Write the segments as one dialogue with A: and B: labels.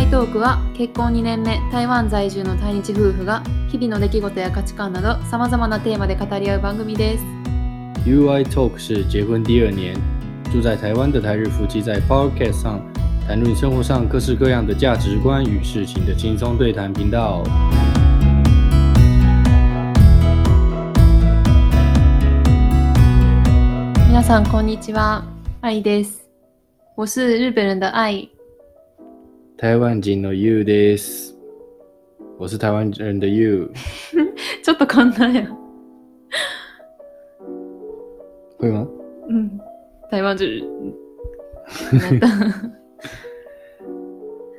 A: イトークは結婚2年目台湾在住の対日夫婦が日々の出来事や価値観などさまざまなテーマで語り合う番組です
B: UI Talk 是结婚第二年，住在台湾的台日夫妻在 Podcast 上谈论生活上各式各样的价值观与事情的轻松对谈频道。
A: 皆さんこんにちは愛です我是日本人的愛
B: 台湾人の You です。我是台湾人的 You，
A: ちょっと簡単やん
B: 会吗？
A: うん台湾人なんだ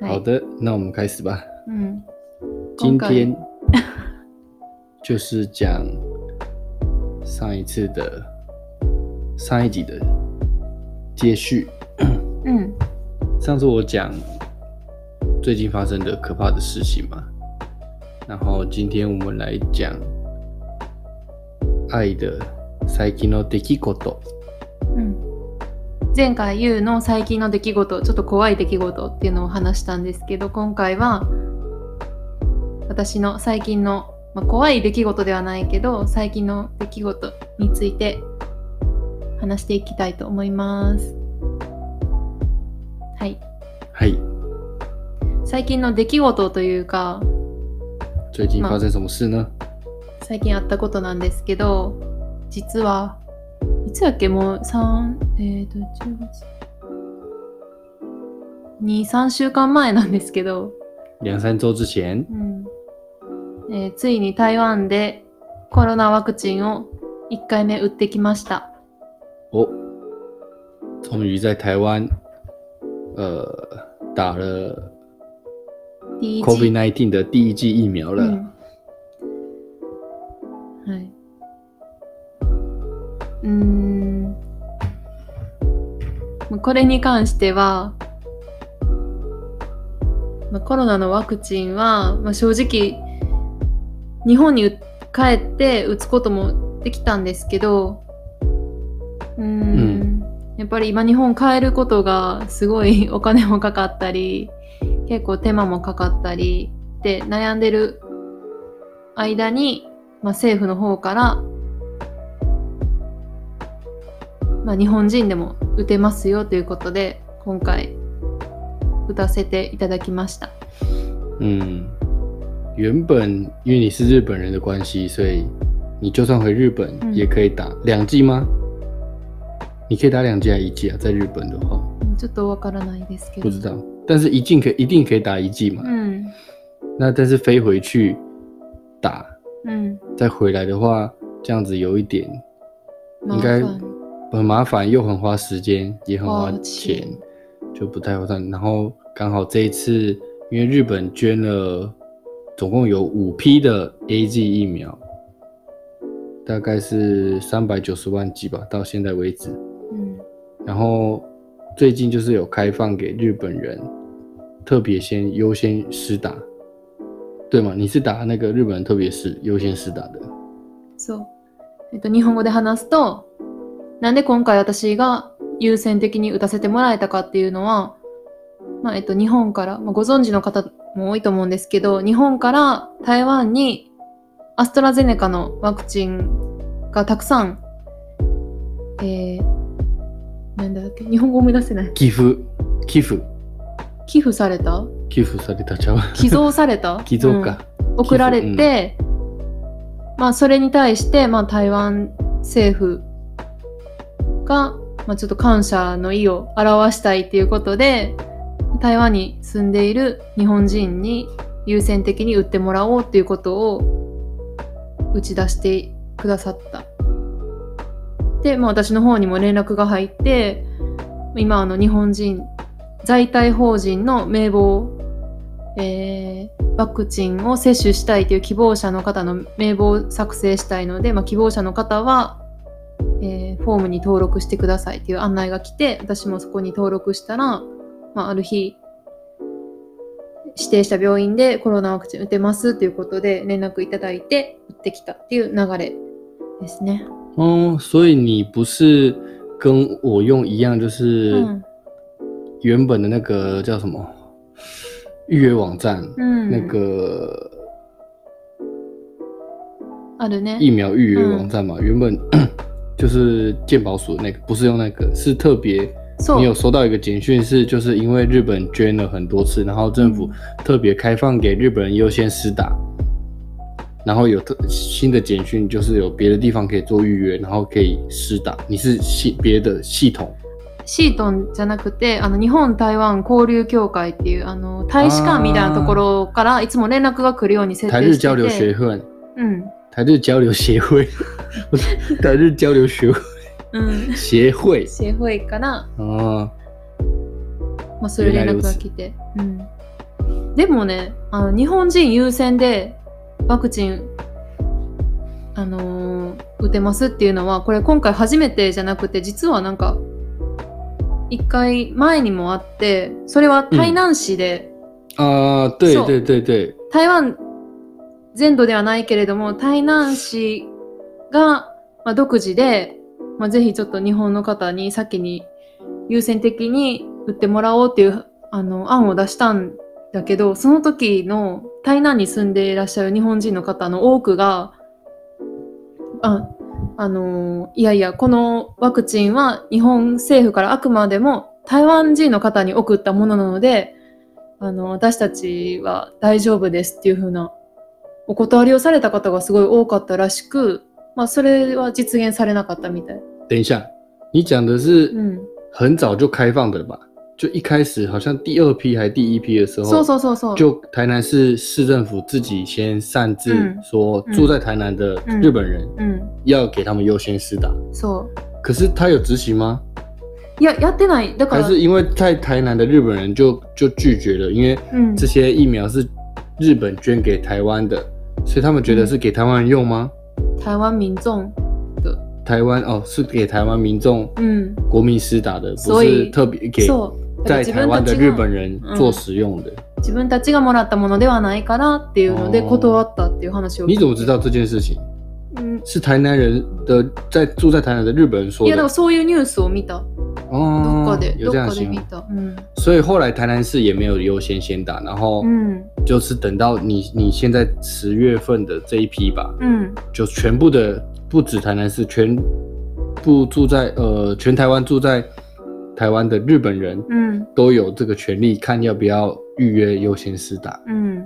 A: は
B: 好
A: い
B: 的，那我们开始吧。
A: うん
B: 今
A: 今回
B: 天就是讲上一次的上一集的接续。
A: うん
B: 上次我讲最近发生的可怕的事情嘛，然后今天我们来讲爱的最近の出来事。
A: うん前回 YOU の最近の出来事ちょっと怖い出来事っていうのを話したんですけど今回は私の最近の、まあ、怖い出来事ではないけど最近の出来事について話していきたいと思いますはい
B: はい，
A: 最近の出来事というか
B: 最近发生什么事呢？
A: 最近あったことなんですけど実はいつやっけもう3えっ、と10月23週間前なんですけど、
B: 两三周之前
A: うんえーついに台湾でコロナワクチンを1回目打ってきました
B: 哦，终于在台湾，呃，打了
A: 第一季
B: COVID-19 的第一剂疫苗了。
A: うん、はい。うーん。まあこれに関しては、まあ、コロナのワクチンは、まあ、正直、日本にう帰って打つこともできたんですけど、うーん。やっぱり今日本帰ることがすごいお金もかかったり結構手間もかかったりで悩んでる間に、まあ、政府の方から、まあ、日本人でも打てますよということで今回打たせていただきました。
B: 嗯，原本因为你是日本人的关系，所以你就算回日本
A: 嗯
B: 也可以打两剂吗？你可以打两剂还一剂啊？在日本的话
A: うんちょっとわからないですけ
B: 不
A: ど。
B: 知道，但是一定可以一定可以打一剂嘛？
A: うん。
B: 那但是飞回去打
A: うん。
B: 再回来的话，这样子有一点
A: まあ
B: 应该
A: そう
B: 很麻烦，又很花时间，也很
A: 花
B: 花钱
A: 钱，
B: 就不太划算。然后刚好这一次，因为日本捐了总共有五批的 A G 疫苗，大概是三百九十万剂吧，到现在为止。
A: うん。
B: 然后最近就是有开放给日本人，特别先优先施打，对吗？你是打那个日本人特别是优先施打的，
A: そう。えっと、日本語で話すと、なんで今回私が優先的に打たせてもらえたかっていうのは、まあ、えっと、日本から、まあ、ご存知の方も多いと思うんですけど、日本から台湾にアストラゼネカのワクチンがたくさん、えー、なんだっけ、日本語思い出せない。
B: 寄付寄付
A: 寄付された
B: 寄付されたちゃう？
A: 寄贈された
B: 寄贈
A: うん
B: か。
A: 送られて、まあそれに対して、まあ、台湾政府が、まあ、ちょっと感謝の意を表したいということで台湾に住んでいる日本人に優先的に売ってもらおうということを打ち出してくださった。で、まあ、私の方にも連絡が入って今あの日本人在台法人の名簿を、えーワクチンを接種したいという希望者の方の名簿を作成したいので、まあ、希望者の方は、えーフォームに登録してくださいという案内が来て私もそこに登録したら、まあ、ある日指定した病院でコロナワクチン打てますということで連絡いただいて打ってきたっていう流れですね。
B: 哦，所以你不是跟
A: 嗯
B: 我用一样，就是
A: うん
B: 原本的那个叫什么？预约网站
A: 嗯，
B: 那个
A: あるね。
B: 疫苗预约网站嘛，原本 就是健保署那个，不是用那个，是特别
A: そう。
B: 你有收到一个简讯是，就是因为日本捐了很多次，然后政
A: 嗯
B: 府特别开放给日本人优先施打，然后有特新的简讯，就是有别的地方可以做预约，然后可以施打。你是系别的系统
A: シートンじゃなくてあの日本台湾交流協会っていうあの大使館みたいなところからいつも連絡が来るように設
B: 台
A: 定し
B: 日
A: てて
B: 交流学会，
A: うん
B: 台日交流协会， 不是台日交流学会
A: うん
B: 协会
A: シェフェイから、
B: 啊，
A: まあ、そういう連絡が来て、うん、でもねあの日本人優先でワクチンあのー打てますっていうのはこれ今回初めてじゃなくて実はなんか一回前にもあってそれは台南市で、
B: 啊，对
A: So-
B: 对对对，
A: 台湾全土ではないけれども台南市が、まあ、独自で、まあ、ぜひちょっと日本の方に先に優先的に打ってもらおうっていうあの案を出したんだけどその時の台南に住んでいらっしゃる日本人の方の多くがああのいやいやこのワクチンは日本政府からあくまでも台湾人の方に送ったものなのであの私たちは大丈夫ですっていうふうなお断りをされた方がすごい多かったらしく、まあ、それは実現されなかったみたい。
B: 等一下，你讲的是
A: うん、
B: 很早就开放的吧？就一开始好像第二批还第一批的时候，
A: そうそうそうそう。
B: 就台南市市政府自己先擅自
A: 嗯
B: 说
A: 嗯
B: 住在台南的
A: 嗯
B: 日本人
A: うん、
B: 要给他们优先施打，
A: そう。
B: 可是他有执行吗？
A: いや、やってない。だか
B: 还
A: ら、
B: 是因为在台南的日本人就就拒绝了，因为
A: うん
B: 这些疫苗是日本捐给台湾的，所以他们觉得是给台湾人用吗？
A: 台湾民众。
B: 台湾哦，是给台湾民众
A: うん。
B: 国民施打的，不
A: 所
B: 是
A: 以
B: 特别给
A: そう。だから
B: 在
A: 自
B: 台
A: 分
B: 湾
A: た
B: 的嗯
A: ち
B: 日
A: が
B: 本人做使用的。
A: 自分たちがもらったものではないからっていうので
B: おー
A: 断ったっていう話を聞い
B: 你
A: て。
B: 怎么知道这件事情？
A: うん
B: 是台南人的在住在台南的日本人说
A: い
B: 的
A: や、だからそういうニュースを見た。ど
B: 哦，
A: っかで、
B: 有
A: ど
B: 这样
A: っかで
B: 的新
A: 見
B: 闻，
A: た。うん。
B: 所以后来台南市也没有优先先打，然后
A: うん。
B: 就是等到你你现在十月份的这一批吧，
A: うん。
B: 就全部的不止台南市，全部住在呃全台湾住在台湾的日本人
A: うん。
B: 都有这个权利，看要不要预约优先施打，
A: うん。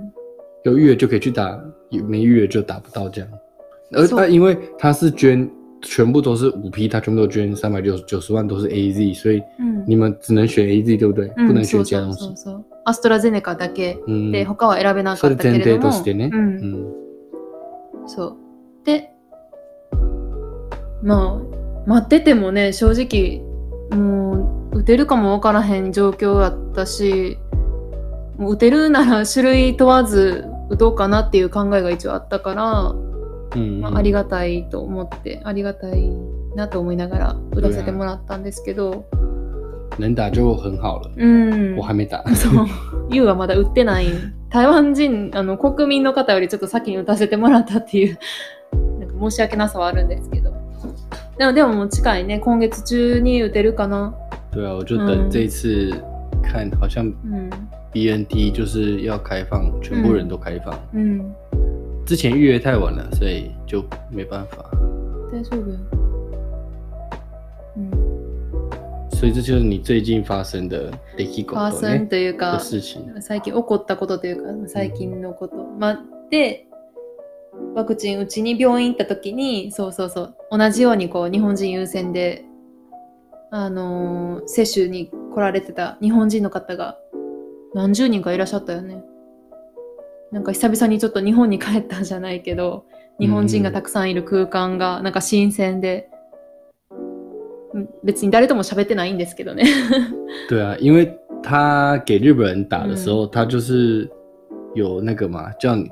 B: 有预约就可以去打，没预约就打不到这样。而
A: 错
B: 他因为他是捐，全部都是五批，他全部都捐三百九九十万都是 A Z，所以
A: うん
B: 你们只能选 A Z 对不对？
A: うん
B: 不能选其他东
A: そうそ
B: 西
A: う。そうそうアストラゼネカだけ
B: 嗯，
A: で、他は選べなか
B: そ
A: っ
B: れ
A: たけ
B: 前
A: れ
B: 提
A: ど
B: と
A: も、
B: してね。
A: うん、
B: 嗯
A: そうでまあ待っててもね正直もう打てるかも分からへん状況やったしもう打てるなら種類問わず打とうかなっていう考えが一応あったから、
B: 嗯，
A: まあ、ありがたいと思ってありがたいなと思いながら打たせてもらったんですけど、
B: 能打就很好了。
A: うん
B: 我还没打。
A: そう、 ユウはまだ売ってない。台湾人、あの国民の方よりちょっと先に打たせてもらったっていう、 なんか申し訳なさはあるんですけど。でも、でももう近いね、今月中に打てるかな。
B: 对啊，我就等
A: 嗯
B: 这次看，好像
A: うん。
B: B N T 就是要开放，全
A: 嗯
B: 部人都开放。
A: うん。
B: 之前预约太晚了，所以就没办法。
A: 大丈夫よ。うん。
B: 所以这就是你最近发生
A: 嗯
B: 的 d i k i 狗
A: パー
B: 狗
A: ソンという
B: 的
A: か、
B: 事情。
A: 最近起こったことというか、最近のこと。まあ、で、ワクチンうちに病院行った時に、そうそうそう、同じようにこう日本人優先で、あのー接種に来られてた日本人の方が何十人かいらっしゃったよね。なんか久々にちょっと日本に帰ったじゃないけど、日本人がたくさんいる空間がなんか新鮮で、うん別に誰とも喋ってないんですけどね。
B: 对啊，因为他给日本人打的时
A: 嗯
B: 候，他就是有那个嘛，叫你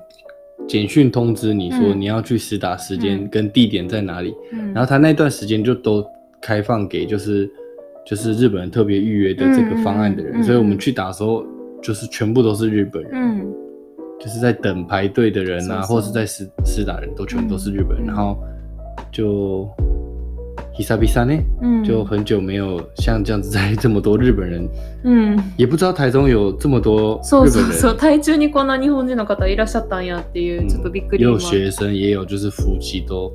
B: 简讯通知你说
A: 嗯
B: 你要去实打时间
A: 嗯
B: 跟地点在哪里，
A: うん
B: 然后他那段时间就都开放给就是就是日本人特别预约的这个方案的人，
A: 嗯嗯嗯
B: 所以我们去打的时候就是全部都是日本人，
A: うん
B: 就是在等排队的人啊，
A: 是是
B: 或是在施施打人都全部都是日本人，
A: 嗯
B: 然后就久々ね，
A: 嗯，
B: 就很久没有像这样子 在这么多日本人，
A: うん。
B: 也不知道台中有这么多日
A: そうそう
B: 本
A: そう、
B: 人，
A: 台中にこんな日本人の方いらっしゃったんやっていう、ちょっとびっ
B: 嗯也
A: くり
B: 有
A: 今。
B: 学生，也有就是夫妻都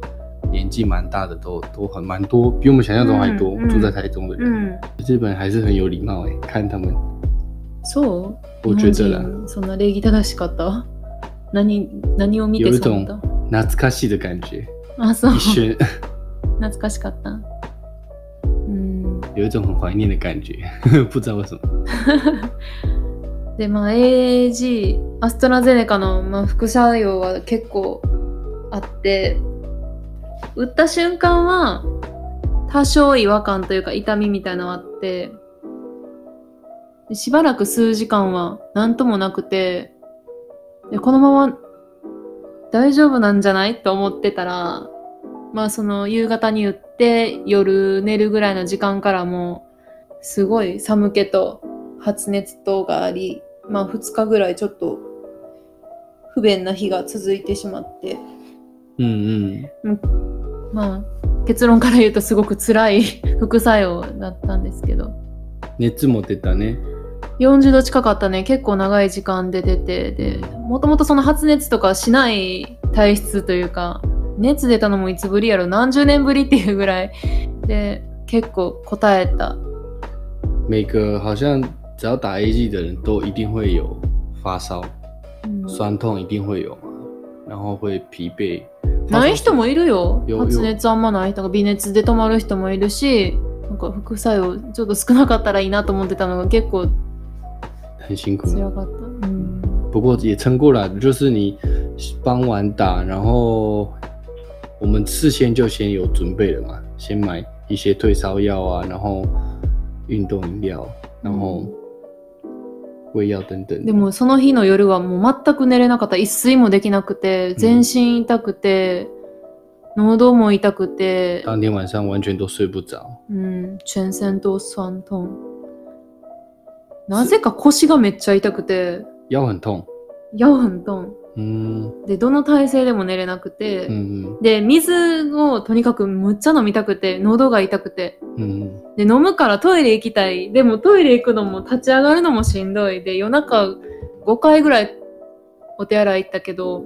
B: 年纪蛮大的，都都很蛮多，比我们想象中还多、
A: 嗯嗯
B: 住在台中的
A: う
B: 人。
A: ん。
B: 日本还是很有礼貌哎、看他们，
A: そう
B: 我觉得
A: 日
B: 啦
A: 本，人そんな礼儀正しかった何何を見てそう思った
B: 懐かしい的感觉，
A: あ、そう。
B: 一
A: 懐
B: 瞬
A: かしかった。うん。
B: 有一种很怀念的感觉， 不知道为什么。
A: で、まあ、AAG、アストラゼネカの、まあ、副作用は結構あって、打った瞬間は、多少違和感というか痛みみたいなのはあって、でしばらく数時間は何ともなくて、でこのまま大丈夫なんじゃないと思ってたら、まあその夕方に打って夜寝るぐらいの時間からもうすごい寒気と発熱等があり、まあ、2日ぐらいちょっと不便な日が続いてしまって、
B: 嗯嗯，
A: まあ、結論から言うとすごく辛い 副作用だったんですけど
B: 熱も出たね。
A: 40度近かったね結構長い時間で出てでもともとその発熱とかしない体質というか熱出たのもいつぶりやろ何十年ぶりっていうぐらいで結構答えた
B: 每个好像只要打 A G 的人都一定会有发烧，
A: うん
B: 酸痛一定会有嘛，然后会疲惫。
A: ない人もいるよ
B: よ
A: 発熱あんまない人が微熱で止まる人もいるしなんか副作用ちょっと少なかったらいいなと思ってたのが結構
B: 很辛苦，
A: 辛かった、うん、
B: 不过也撑过来了。就是你傍晚打，然后我们事先就先有准备了嘛，先买一些退烧药啊，然后运动饮料，然后胃药等等。
A: でもその日の夜はもう全く寝れなかった一睡もできなくて全身痛くて、喉も痛くて、
B: 当天晚上完全都睡不着，
A: うん、全身と酸痛なぜか腰がめっちゃ痛くて
B: 腰很痛。
A: 腰很痛
B: 嗯
A: でどの体勢でも寝れなくて、
B: 嗯嗯
A: で水をとにかくむっちゃ飲みたくて喉が痛くて
B: 嗯嗯。
A: で飲むからトイレ行きたいでもトイレ行くのも立ち上がるのもしんどいで夜中5回ぐらいお手洗い行ったけど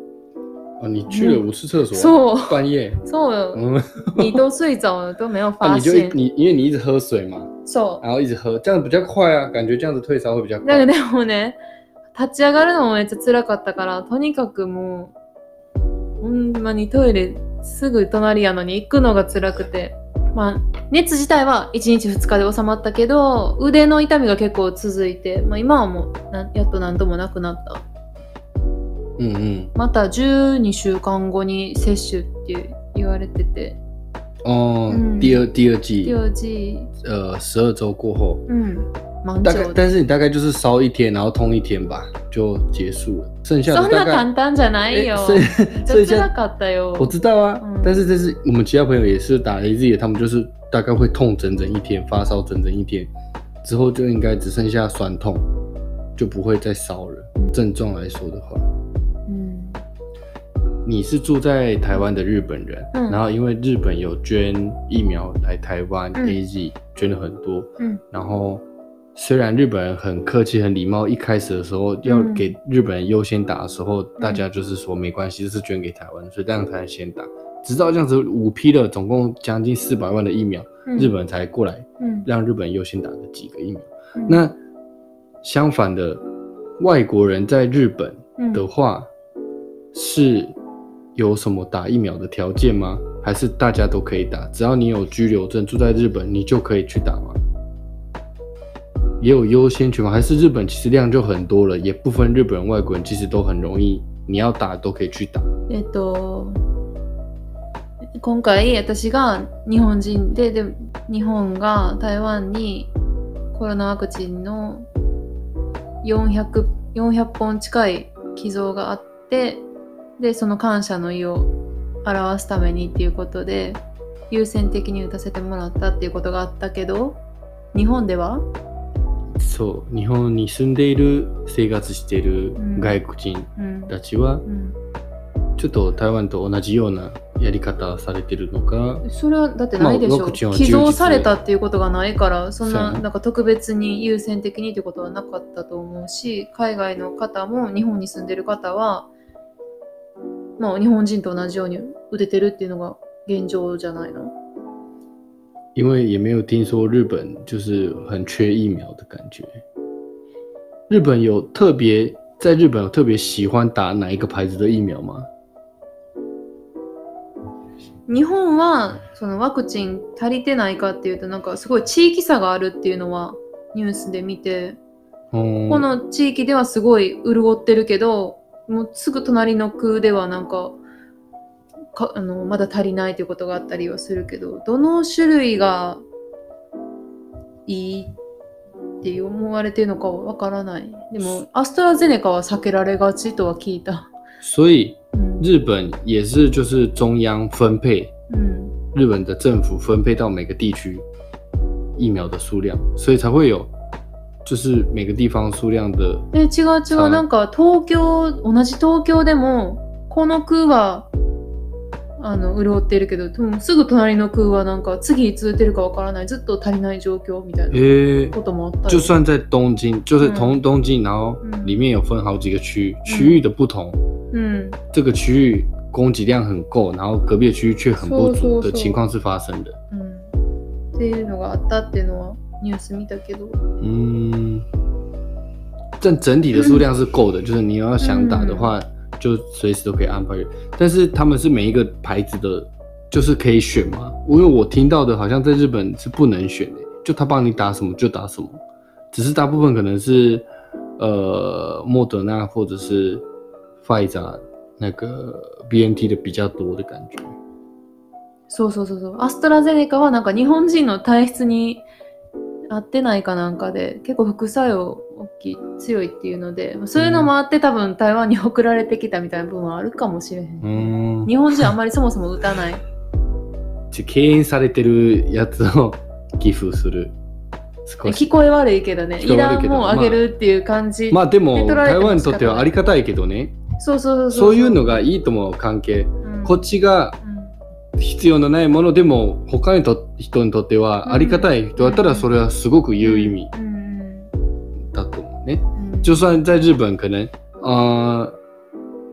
B: 哦，你去了五次厕所，啊
A: そう
B: 半夜，
A: そう よ
B: 嗯，
A: 你都睡着了都没有
B: 那
A: 发
B: 你就一
A: 现
B: 你因为你一直喝水嘛，
A: そ
B: 然后一直喝，这样比较快啊，感觉这样子退烧会比较
A: うだけ。ど
B: 快
A: でもね立ち上がるのもめっちゃ辛かったからとにかくもうほんまにトイレすぐ隣やのに行くのが辛くてまあ熱自体は1日2日で収まったけど腕の痛みが結構続いて、まあ、今はもうなやっと何ともなくなった
B: 嗯嗯，
A: また12週間後に接種って言われてて
B: 哦，
A: 嗯
B: 第二第二季，
A: DOG
B: 呃，十二周过后，
A: うん満
B: 大概
A: 潮
B: 但是你大概就是烧一天，然后通一天吧，就结束了，剩下
A: そん
B: 的
A: な
B: 大概
A: 簡単じゃないよ。
B: 剩
A: めっち
B: 剩
A: ゃ辛
B: 下
A: かったよ。
B: 我知道啊
A: 哦嗯，
B: 但是这是我们其他朋友也是打 AZ 的，他们就是大概会痛整整一天，发烧整整一天，之后就应该只剩下酸痛，就不会再烧了。症状来说的话。
A: うん
B: 你是住在台湾的日本人，
A: 嗯
B: 然后因为日本有捐疫苗来台湾、
A: 嗯
B: A Z 捐了很多，
A: 嗯，
B: 然后虽然日本人很客气、很礼貌，一开始的时候要
A: 嗯
B: 给日本人优先打的时候，大家就是说没关系，这是捐给台湾，所以让台湾先打，直到这样子五批的，总共将近四百万的疫苗，
A: うん
B: 日本人才过来
A: うん
B: 让日本人优先打了几个疫苗。
A: うん
B: 那相反的，外国人在日本
A: うん
B: 的话，是有什么打疫苗的条件吗？还是大家都可以打？只要你有居留证，住在日本，你就可以去打吗？也有优先权吗？还是日本其实量就很多了，也不分日本人、外国人，其实都很容易，你要打都可以去打。
A: えっと今回私が日本人でで日本が台湾にコロナワクチンの 400, 400本近い寄贈があってでその感謝の意を表すためにっていうことで優先的に打たせてもらったっていうことがあったけど日本では
B: そう、日本に住んでいる、生活している
A: うん
B: 外国人
A: うん
B: たちは、
A: うん
B: ちょっと台湾と同じようなやり方されてるのか、
A: それはだってないでし
B: まあ
A: ょ、
B: ワクチンは充実
A: 寄贈されたっていうことがないから、そん
B: そうや
A: な
B: ね
A: なんか特別に優先的にということはなかったと思うし、海外の方も日本に住んでる方は、まあ、日本人と同じように打ててるっていうのが現状じゃないの。
B: 因为也没有听说日本就是很缺疫苗的感觉。日本有特别在日本有特别喜欢打哪一个牌子的疫苗吗？
A: 日本はそのワクチン足りてないかっていうと、なんかすごい地域差があるっていうのはニュースで見て、
B: 嗯
A: この地域ではすごい潤ってるけどもうすぐ隣の区ではなんかかあのまだ足りないということがあったりはするけどどの種類がいいって思われてるのかはわからないでもアストラゼネカは避けられがちとは聞いた、
B: 所以
A: うん
B: 日本也是就是中央分配
A: うん
B: 日本的政府分配到每个地区疫苗的数量，所以才会有就是每个地方数量的
A: え違う違
B: は
A: う
B: い
A: なんか東京同じ東京でもこの区はあの潤ってるけどでもすぐ隣の区はなんか次いつ打てるかわからないずっと足りない状況みたいな
B: 诶、
A: こともあったり
B: 就算在东京，就是
A: 嗯
B: 同东京，然后
A: 嗯
B: 里面有分好几个区，区域的不同，
A: うん
B: 这个区域供给量很够，然后隔壁的区域却很不
A: そうそう
B: 足的
A: そう
B: 情况是发生的。
A: うんっていうのがあったっていうのはニュース見たけど
B: 嗯，但整体的数量是够的，就是你要想打的话，就随时都可以安排。但是他们是每一个牌子的，就是可以选吗？因为我听到的好像在日本是不能选的、就他帮你打什么就打什么，只是大部分可能是呃莫德纳或者是 Pfizer 那个 BNT 的比较多的感觉。
A: そうそうそうそうアストラゼネカはなんか日本人の体質に合ってないかなんかで結構副作用大きい強いっていうのでそういうのもあって多分台湾に送られてきたみたいな部分はあるかもしれへん、
B: 嗯，
A: 日本人あんまりそもそも打たない
B: 就敬遠されてるやつを 寄付する。少し
A: 聞こえ悪いけどね
B: 聞こ
A: イ
B: え悪
A: ラ
B: い
A: ン
B: けど
A: もあげるっていう感じ、
B: まあでも
A: 手取られて
B: 台
A: も
B: 湾にとってはありがたいけどね
A: そうそうそう
B: そういうのがいいとも関係
A: うん
B: こっちが必要のないものでも他のと人にとってはありがたい人だったらそれはすごく有意味
A: うん
B: だと思うね。
A: うんうん
B: 就算在日本可能呃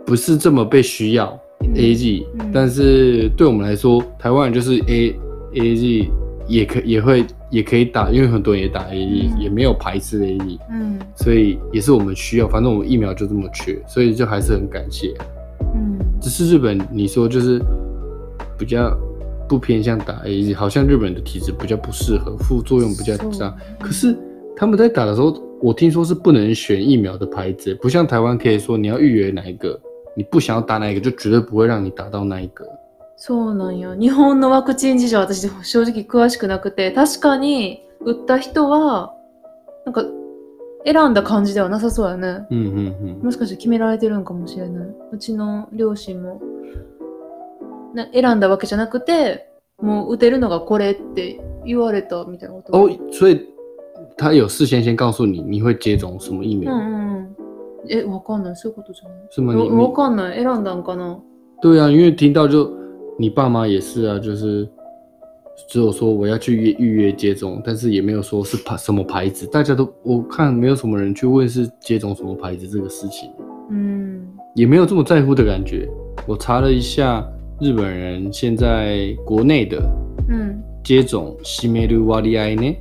B: 不是这么被需要
A: うん
B: A G，
A: 嗯
B: 但是对我们来说，台湾人就是 A A G 也可也会也可以打，因为很多人也打 A G，
A: 嗯
B: 也没有排斥 A G。
A: うん
B: 所以也是我们需要，反正我们疫苗就这么缺，所以就还是很感谢。
A: うん
B: 只是日本，你说就是比较不偏向打 A Z，好像日本的体质比较不适合，副作用比较
A: そう
B: 大。可是他们在打的时候，我听说是不能选疫苗的牌子，不像台湾可以说你要预约哪一个，你不想要打哪一个，就绝对不会让你打到那一个。
A: そうなんや日本のワクチン事情私正直詳しくなくて確かに打った人はなんか選んだ感じではなさそうやね
B: 嗯嗯嗯，
A: もしかして決められてるんかもしれないうちの両親もな選んだわけじゃなくてもう打てるのがこれって言われたみたいなこと
B: 哦，所以他有事先先告诉你你会接种什么疫
A: う
B: 苗，
A: んうんえわかんないそういうことじゃない
B: 是吗？你
A: わ
B: 你
A: わかんない選んだんかな
B: 对啊，因为听到就你爸妈也是啊，就是只有说我要去约预约接种，但是也没有说是牌什么牌子，大家都我看没有什么人去问是接种什么牌子这个事情，
A: うん
B: 也没有这么在乎的感觉。我查了一下，日本人现在国内的
A: うん
B: 接种西梅鲁瓦利埃呢，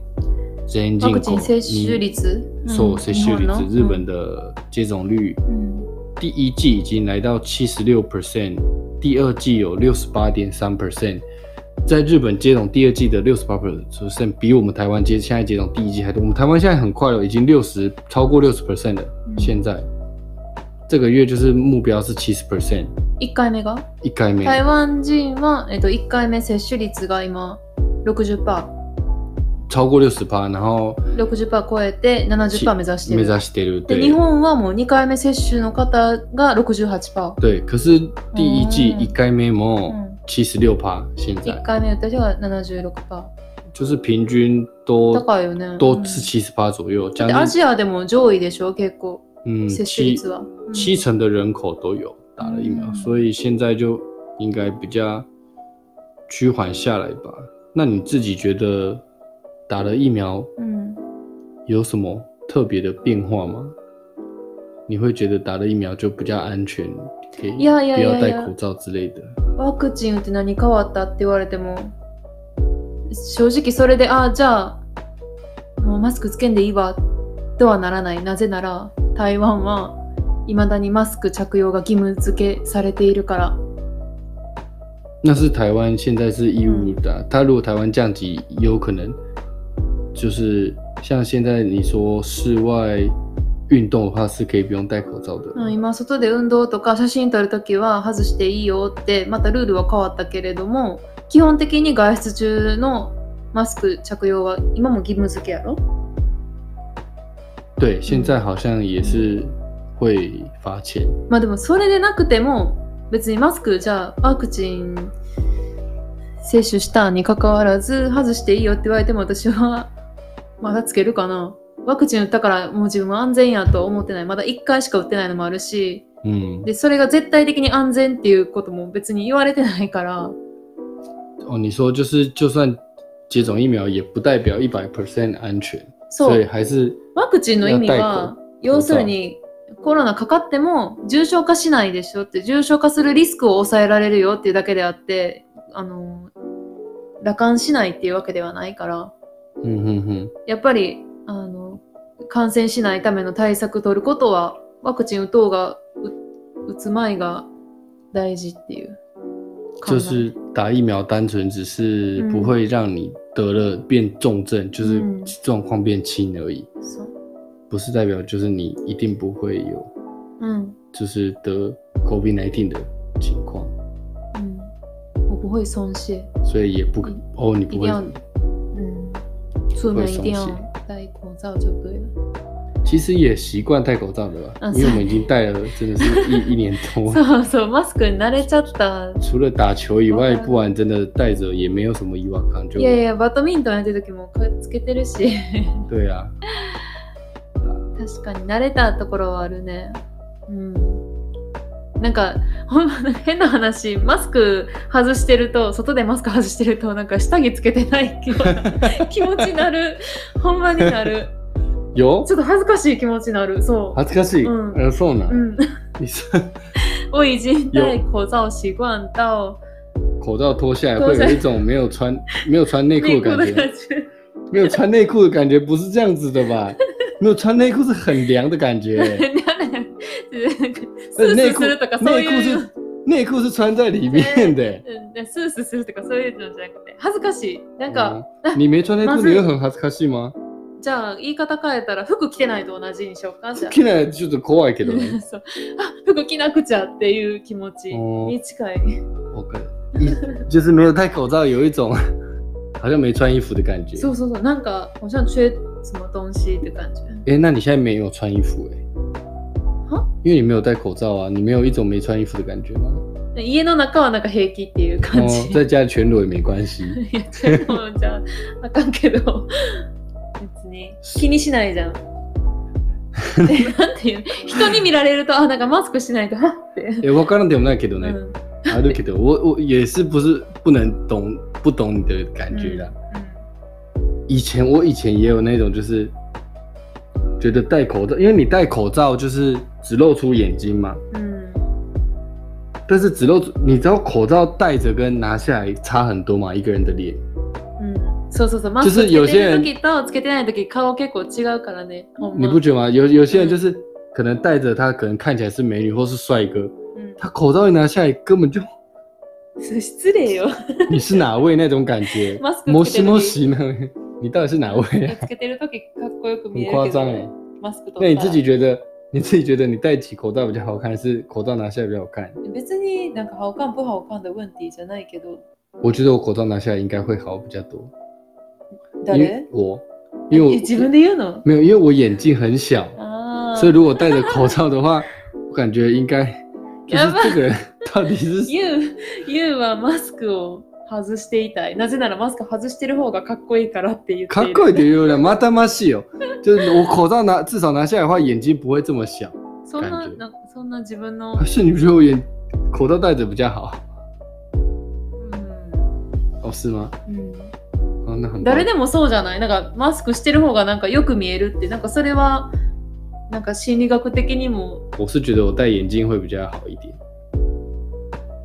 B: 全
A: ワ
B: 人
A: クチ
B: 口
A: ン接種率
B: 嗯そう接種率
A: 日本の
B: 日本的接种率
A: うん
B: 第一季已经来到七十六 percent，第二季有六十八点三 percent，在日本接种第二季的六十八 percent 比我们台湾接现在接种第一季还多。我们台湾现在很快了，已经六十超过六十 percent 了。
A: 嗯
B: 现在这个月就是目标是七十 percent，
A: 1回目が
B: 一改没
A: 台湾人は、えっと、1回目接種率が今 60%60%
B: 超过六十趴，然后
A: 超えて70%目指して
B: 目
A: る
B: 指してる
A: で
B: 对
A: 日本はもう2回目接種の方が68%、
B: 对，可是第一季
A: 嗯
B: 一改没
A: う
B: 么
A: ん、
B: 七十六趴，现在
A: 1回目打った人が76%
B: 就是平均都
A: 高いよね
B: 都
A: うん
B: 是七十八左右，
A: だ
B: 将
A: ってア
B: 近
A: ジアでも上位でしょ結構
B: 嗯
A: 接種
B: 七
A: 率は、うん
B: 七成的人口都有打了疫苗，
A: 哦嗯
B: 所以现在就应该比较趋缓下来吧。那你自己觉得打了疫苗
A: 嗯，
B: 有什么特别的变化吗？你会觉得打了疫苗就比较安全，可以不
A: いやいやいやいや
B: 要戴口罩之类的？
A: ワクチン打って何変わったって言われても正直それでああじゃあもうマスクつけんでいいわとはならないなぜなら台湾はいまだにマスク着用が義務付けされているから
B: 那是台湾现在是义务的啊、他如果台湾降级，有可能就是像现在你说室外运动的话，是可以不用戴口罩的。
A: うん今外で運動とか写真撮るときは外していいよってまたルールは変わったけれども基本的に外出中のマスク着用は今も義務付けやろ
B: 对，现在好像也是会罚钱。
A: まあでもそれでなくても別にマスクじゃあワクチン接種したにかかわらず外していいよって言われても私はまだつけるかなワクチン打ったからもう自分は安全やとは思ってないまだ1回しか打ってないのもあるし
B: 嗯，
A: でそれが絶対的に安全っていうことも別に言われてないから。
B: 哦，你说就是就算接种疫苗，也不代表一百 percent 安全，
A: そ
B: 所以
A: う、
B: 还是
A: ワクチンの意味
B: いや戴
A: は、要するにコロナかかっても重症化しないでしょって、重症化するリスクを抑えられるよっていうだけであって、あの、羅漢しないっていうわけではないから、
B: 嗯哼哼，
A: やっぱり、あの、感染しないための対策取ることは、ワクチン打とうが、う打つ前が大事っていう考え。
B: 就是打疫苗单纯只是
A: 嗯
B: 不会让你得了变重症，就是
A: 嗯
B: 状况变轻而已，
A: そう。
B: 不是代表就是你一定不会有
A: うん。
B: 就是得 COVID 19的情况，
A: うん。我不会松懈。
B: 所以也不
A: 嗯
B: 哦，你不
A: 一定
B: 会
A: 要。嗯，出门一定要戴口罩就对了。
B: 其实也习惯戴口罩的吧，
A: 嗯
B: 因为我们已经戴了真的是 一一年多了。
A: そうそう、マスクに慣れちゃった。
B: 除了打球以外，
A: 嗯
B: 不然真的戴着也没有什么疑望感，就
A: いやいや、バドミントンやってる時もこれつけてるし、
B: 对啊。
A: 確かに慣れたところはあるね。うん。なんか、ほんま変な話、マスク外してると、外でマスク外してると、なんか下着つけてないよ うな気持ちになる。ほんまになる。
B: 有
A: ちょっと恥ずかしい気持ちになる。そ
B: 恥ずかしい。
A: 嗯
B: 呃，送呢
A: う。？うん。
B: 你是
A: 我已经戴口罩习惯到
B: 口罩脱下来，
A: 脱
B: 会
A: 下
B: 有
A: 来
B: 一种没有穿没有穿内裤
A: 内
B: 的
A: 裤的
B: 感
A: 感
B: 觉，
A: 觉。
B: 没有穿内裤的感觉不是这样子的吧？没有穿内裤是很凉的 感觉，
A: スー
B: 而且内
A: ス
B: 裤
A: するとかそう
B: 内裤
A: いう
B: 是内裤是穿在里面的。
A: うんスースするとかそういうのじゃなくて恥ずかしいなんか、
B: 嗯你没穿内
A: ま
B: 裤，
A: ずい
B: 你会很恥ずかしい吗？
A: じゃあ言い方変えたら服着てないと同じにしようかじゃあ
B: 看来就是怖いけ どね。
A: そうあ服着なくちゃっていう気持ち
B: 哦
A: に近い、
B: OK，一就是没有戴口罩，有一种 好像没穿衣服的感觉。
A: そうそうそうなんか好像缺什么东西って感じ
B: 哎、那你现在没有穿衣服哎、
A: 啊
B: 因为你没有戴口罩啊，你没有一种没穿衣服的感觉吗？
A: 家の中はなんか平気っていう感
B: 哦
A: じ、，
B: 在家里全裸也没关系。
A: いやでもじゃああかんけど別に気にしないじゃん。 でなんていうの人に見られるとあなんかマスクしないとは って。
B: 哎、我刚刚点那给的
A: うん
B: 呢，啊对给的，我我也是不是不能懂不懂你的感觉啦。以前我以前也有那种就是觉得戴口罩，因为你戴口罩就是只露出眼睛嘛，
A: うんうん
B: 但是只露出你知道口罩戴着跟拿下来差很多嘛，一个人的脸。
A: うんそうそうそうマスクつ
B: 有
A: けて
B: 些人
A: る時とつけてない時顔結構違うからね。ほんま
B: 你不觉得吗？有有些人就是可能戴着他可能看起来是美女或是帅哥，
A: うん
B: 他口罩一拿下来根本就
A: そう失礼 よ。。
B: 你是哪位那种感觉
A: マスク
B: 摩
A: つけて
B: 西
A: る
B: 摩
A: 時
B: 西呢？ 你到底是哪位、啊？
A: つけてる時かっこよく見
B: 很
A: える
B: 夸
A: け
B: 张
A: ど、
B: 哎。
A: マスクと
B: 那你自己觉得 你自己觉得你戴起口罩比较好看，还是口罩拿下来比较好看？
A: 別になんか好看不好看的问题じゃないけど
B: 我觉得我口罩拿下来应该会好比较多，因为
A: 誰
B: 我因为
A: え自分
B: 我
A: で言うの
B: 没有，因为我眼睛很小，
A: あー
B: 所以如果戴着口罩的话，我感觉应该就是
A: 要不然
B: 这个人到底是
A: ユウ、ユウはマスクを外していたい。なぜならマスク外してる方がかっこいいからって言って
B: 卡
A: いる。
B: 贵点有点马达马西哦，就是我口罩拿至少拿下来的话，眼睛不会这么小。啊
A: そんな
B: 感じ
A: な、そんな自分の
B: 还，是你觉得我眼口罩戴着比较好？
A: うん、
B: 哦是吗？
A: うん、
B: 啊，那很棒
A: 誰でもそうじゃないなんかマスクしてる方がなんかよく見えるってなんかそれはなんか心理学的にも
B: 我是觉得我戴眼镜会比较好一点。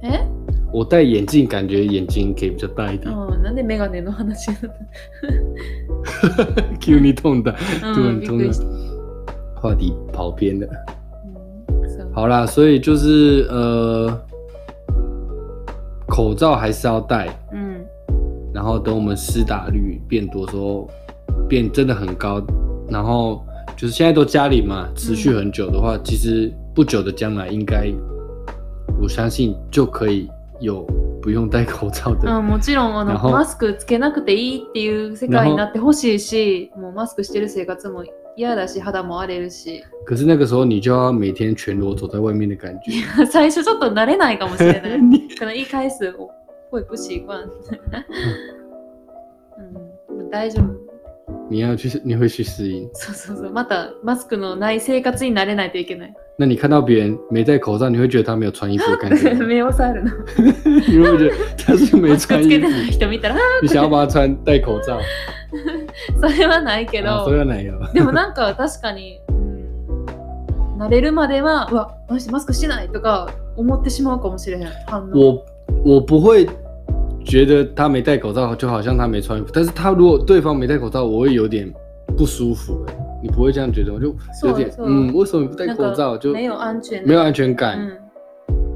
A: え
B: 我戴眼镜感觉眼睛可以比较大一点。
A: あーなんでメガネの 話になっ
B: Q 你痛的，
A: た、
B: 突
A: うん、
B: 然
A: びっくり
B: 痛的
A: した、，
B: 话题跑偏
A: う
B: 了。
A: んそう
B: 好啦，所以就是呃，口罩还是要戴，
A: うん
B: 然后等我们施打率变多的时候，变真的很高，然后就是现在都加零嘛，持续很久的话，其实不久的将来应该，我相信就可以有不用戴口罩的。
A: うん、もちろんあの
B: 然后
A: マスクつけなくていいっていう世界になってほしいしもうマスクしてる生活も嫌だし肌も荒れるし
B: 可是那个时候你就要每天全裸走在外面的感觉。
A: 最初ちょっと慣れないかもしれ ない
B: 你
A: 可能一开始我会不习惯。 うん、大丈夫。
B: 你要去，你会去适应。
A: そうそうそう。またマスクのない生活になれないといけない。
B: 那你看到别人没戴口罩，你会觉得他没有穿衣 服的感觉吗，
A: 目を触る の。
B: 你会觉得他是没
A: マスク
B: 穿
A: つ
B: 衣
A: け
B: 服
A: て。ない人見たら、 あ
B: 你想要帮他穿戴口罩，
A: それはないけ
B: 然后所
A: ど、
B: 有奶油。
A: でもなんか確かに、うん、慣れるまでは、うわ、あの人マスクしてないとか思ってしまうかもしれへん。反応。
B: 我我不会觉得他没戴口罩就好像他没穿衣服，但是他如果对方没戴口罩，我会有点不舒服、欸。你不会这样觉得吗？就有点
A: 是啊
B: 嗯，为什么你不戴口罩？就
A: 没有安全
B: 没有安全感。
A: う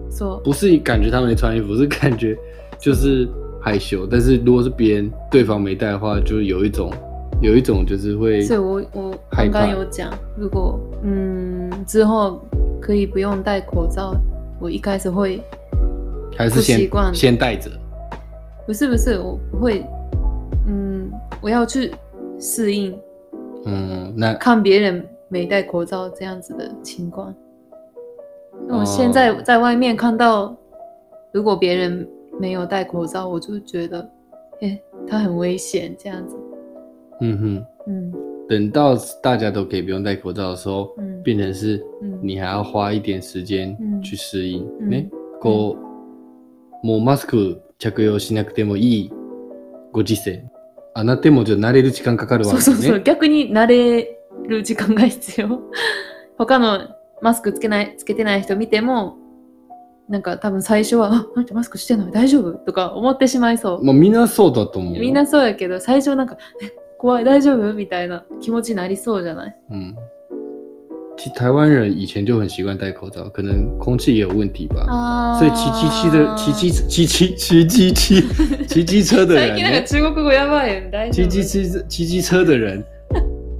A: ん。そう。
B: 不是感觉他没穿衣服，是感觉就是害羞。但是如果是别人对方没戴的话，就有一种有一种就是会
A: 所以我我
B: 害
A: 刚
B: 怕
A: 刚有讲，如果嗯之后可以不用戴口罩，我一开始会
B: 还是
A: 不习
B: 先
A: 惯
B: 先戴着。
A: 不是不是我不会，嗯，我要去适应
B: 嗯，那
A: 看别人没戴口罩这样子的情况。那
B: 哦
A: 我现在在外面看到，如果别人没有戴口罩，我就觉得，哎、他很危险这样子。
B: 嗯哼，
A: 嗯
B: 等到大家都可以不用戴口罩的时候，
A: 嗯
B: 变成是
A: 嗯
B: 你还要花一点时间去适应。
A: 嗯
B: ね、こう、もうマスク着用しなくてもいいご時世。あなたもじゃ慣れる時間かかるわ
A: そう
B: け
A: そうそう、
B: ね。
A: 逆に慣れる時間が必要。 他のマスクつけないつけてない人見ても、なんか多分最初は、あ、あんたマスクしてない大丈夫とか思ってしまいそう。
B: もうみんなそうだと思うよ。
A: みんなそうやけど、最初なんか、え怖い、大丈夫みたいな気持ちになりそうじゃない
B: 嗯，其实台湾人以前就很习惯戴口罩，可能空气也有问题吧。
A: あ
B: 所以骑机器的骑机骑骑骑 机器骑机车的
A: 最
B: 人
A: 近なん
B: 呢
A: か，中国語やばいよね、大丈
B: 骑
A: 夫。
B: 机骑骑机车的人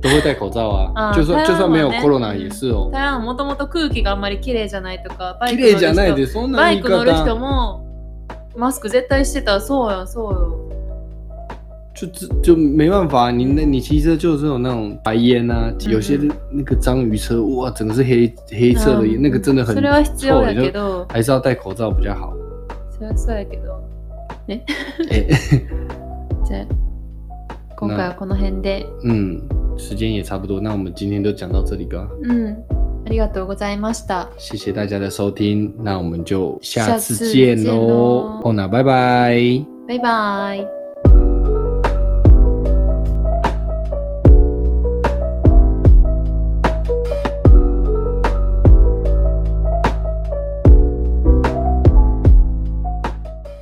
B: 都会戴口罩啊。
A: 啊
B: 就算
A: 台湾
B: 就算没有
A: 人
B: corona
A: 嗯
B: 也是哦。
A: 台湾もともと空気があんまり綺麗じゃないとか、バイク
B: 綺
A: 乗る
B: 麗
A: 人
B: じゃないでそんな
A: バ
B: 言
A: イ
B: い
A: ク乗る嗯人
B: 方。
A: も、マスク絶対してた、そうやん、そうよ。
B: 就就就没办法，你那你骑车就是有那种白烟啊，有些
A: 嗯
B: 那个章鱼车哇，整个是黑黑色的烟，
A: うん
B: 那个真的很
A: それは必
B: 臭
A: 要
B: 你
A: だけ
B: 就
A: ど、
B: 还是要戴口罩比较 好。
A: それはそうやけど、
B: 哎，
A: じゃあ、今回はこの辺で、
B: 嗯，时间也差不多，那我们今天就讲到这里吧。
A: うん、ありがとうございました。
B: 谢谢大家的收听，那我们就下
A: 下
B: 次
A: 次
B: 见
A: 见
B: 喽
A: 咯。
B: 欧娜，拜拜。
A: バイバイ。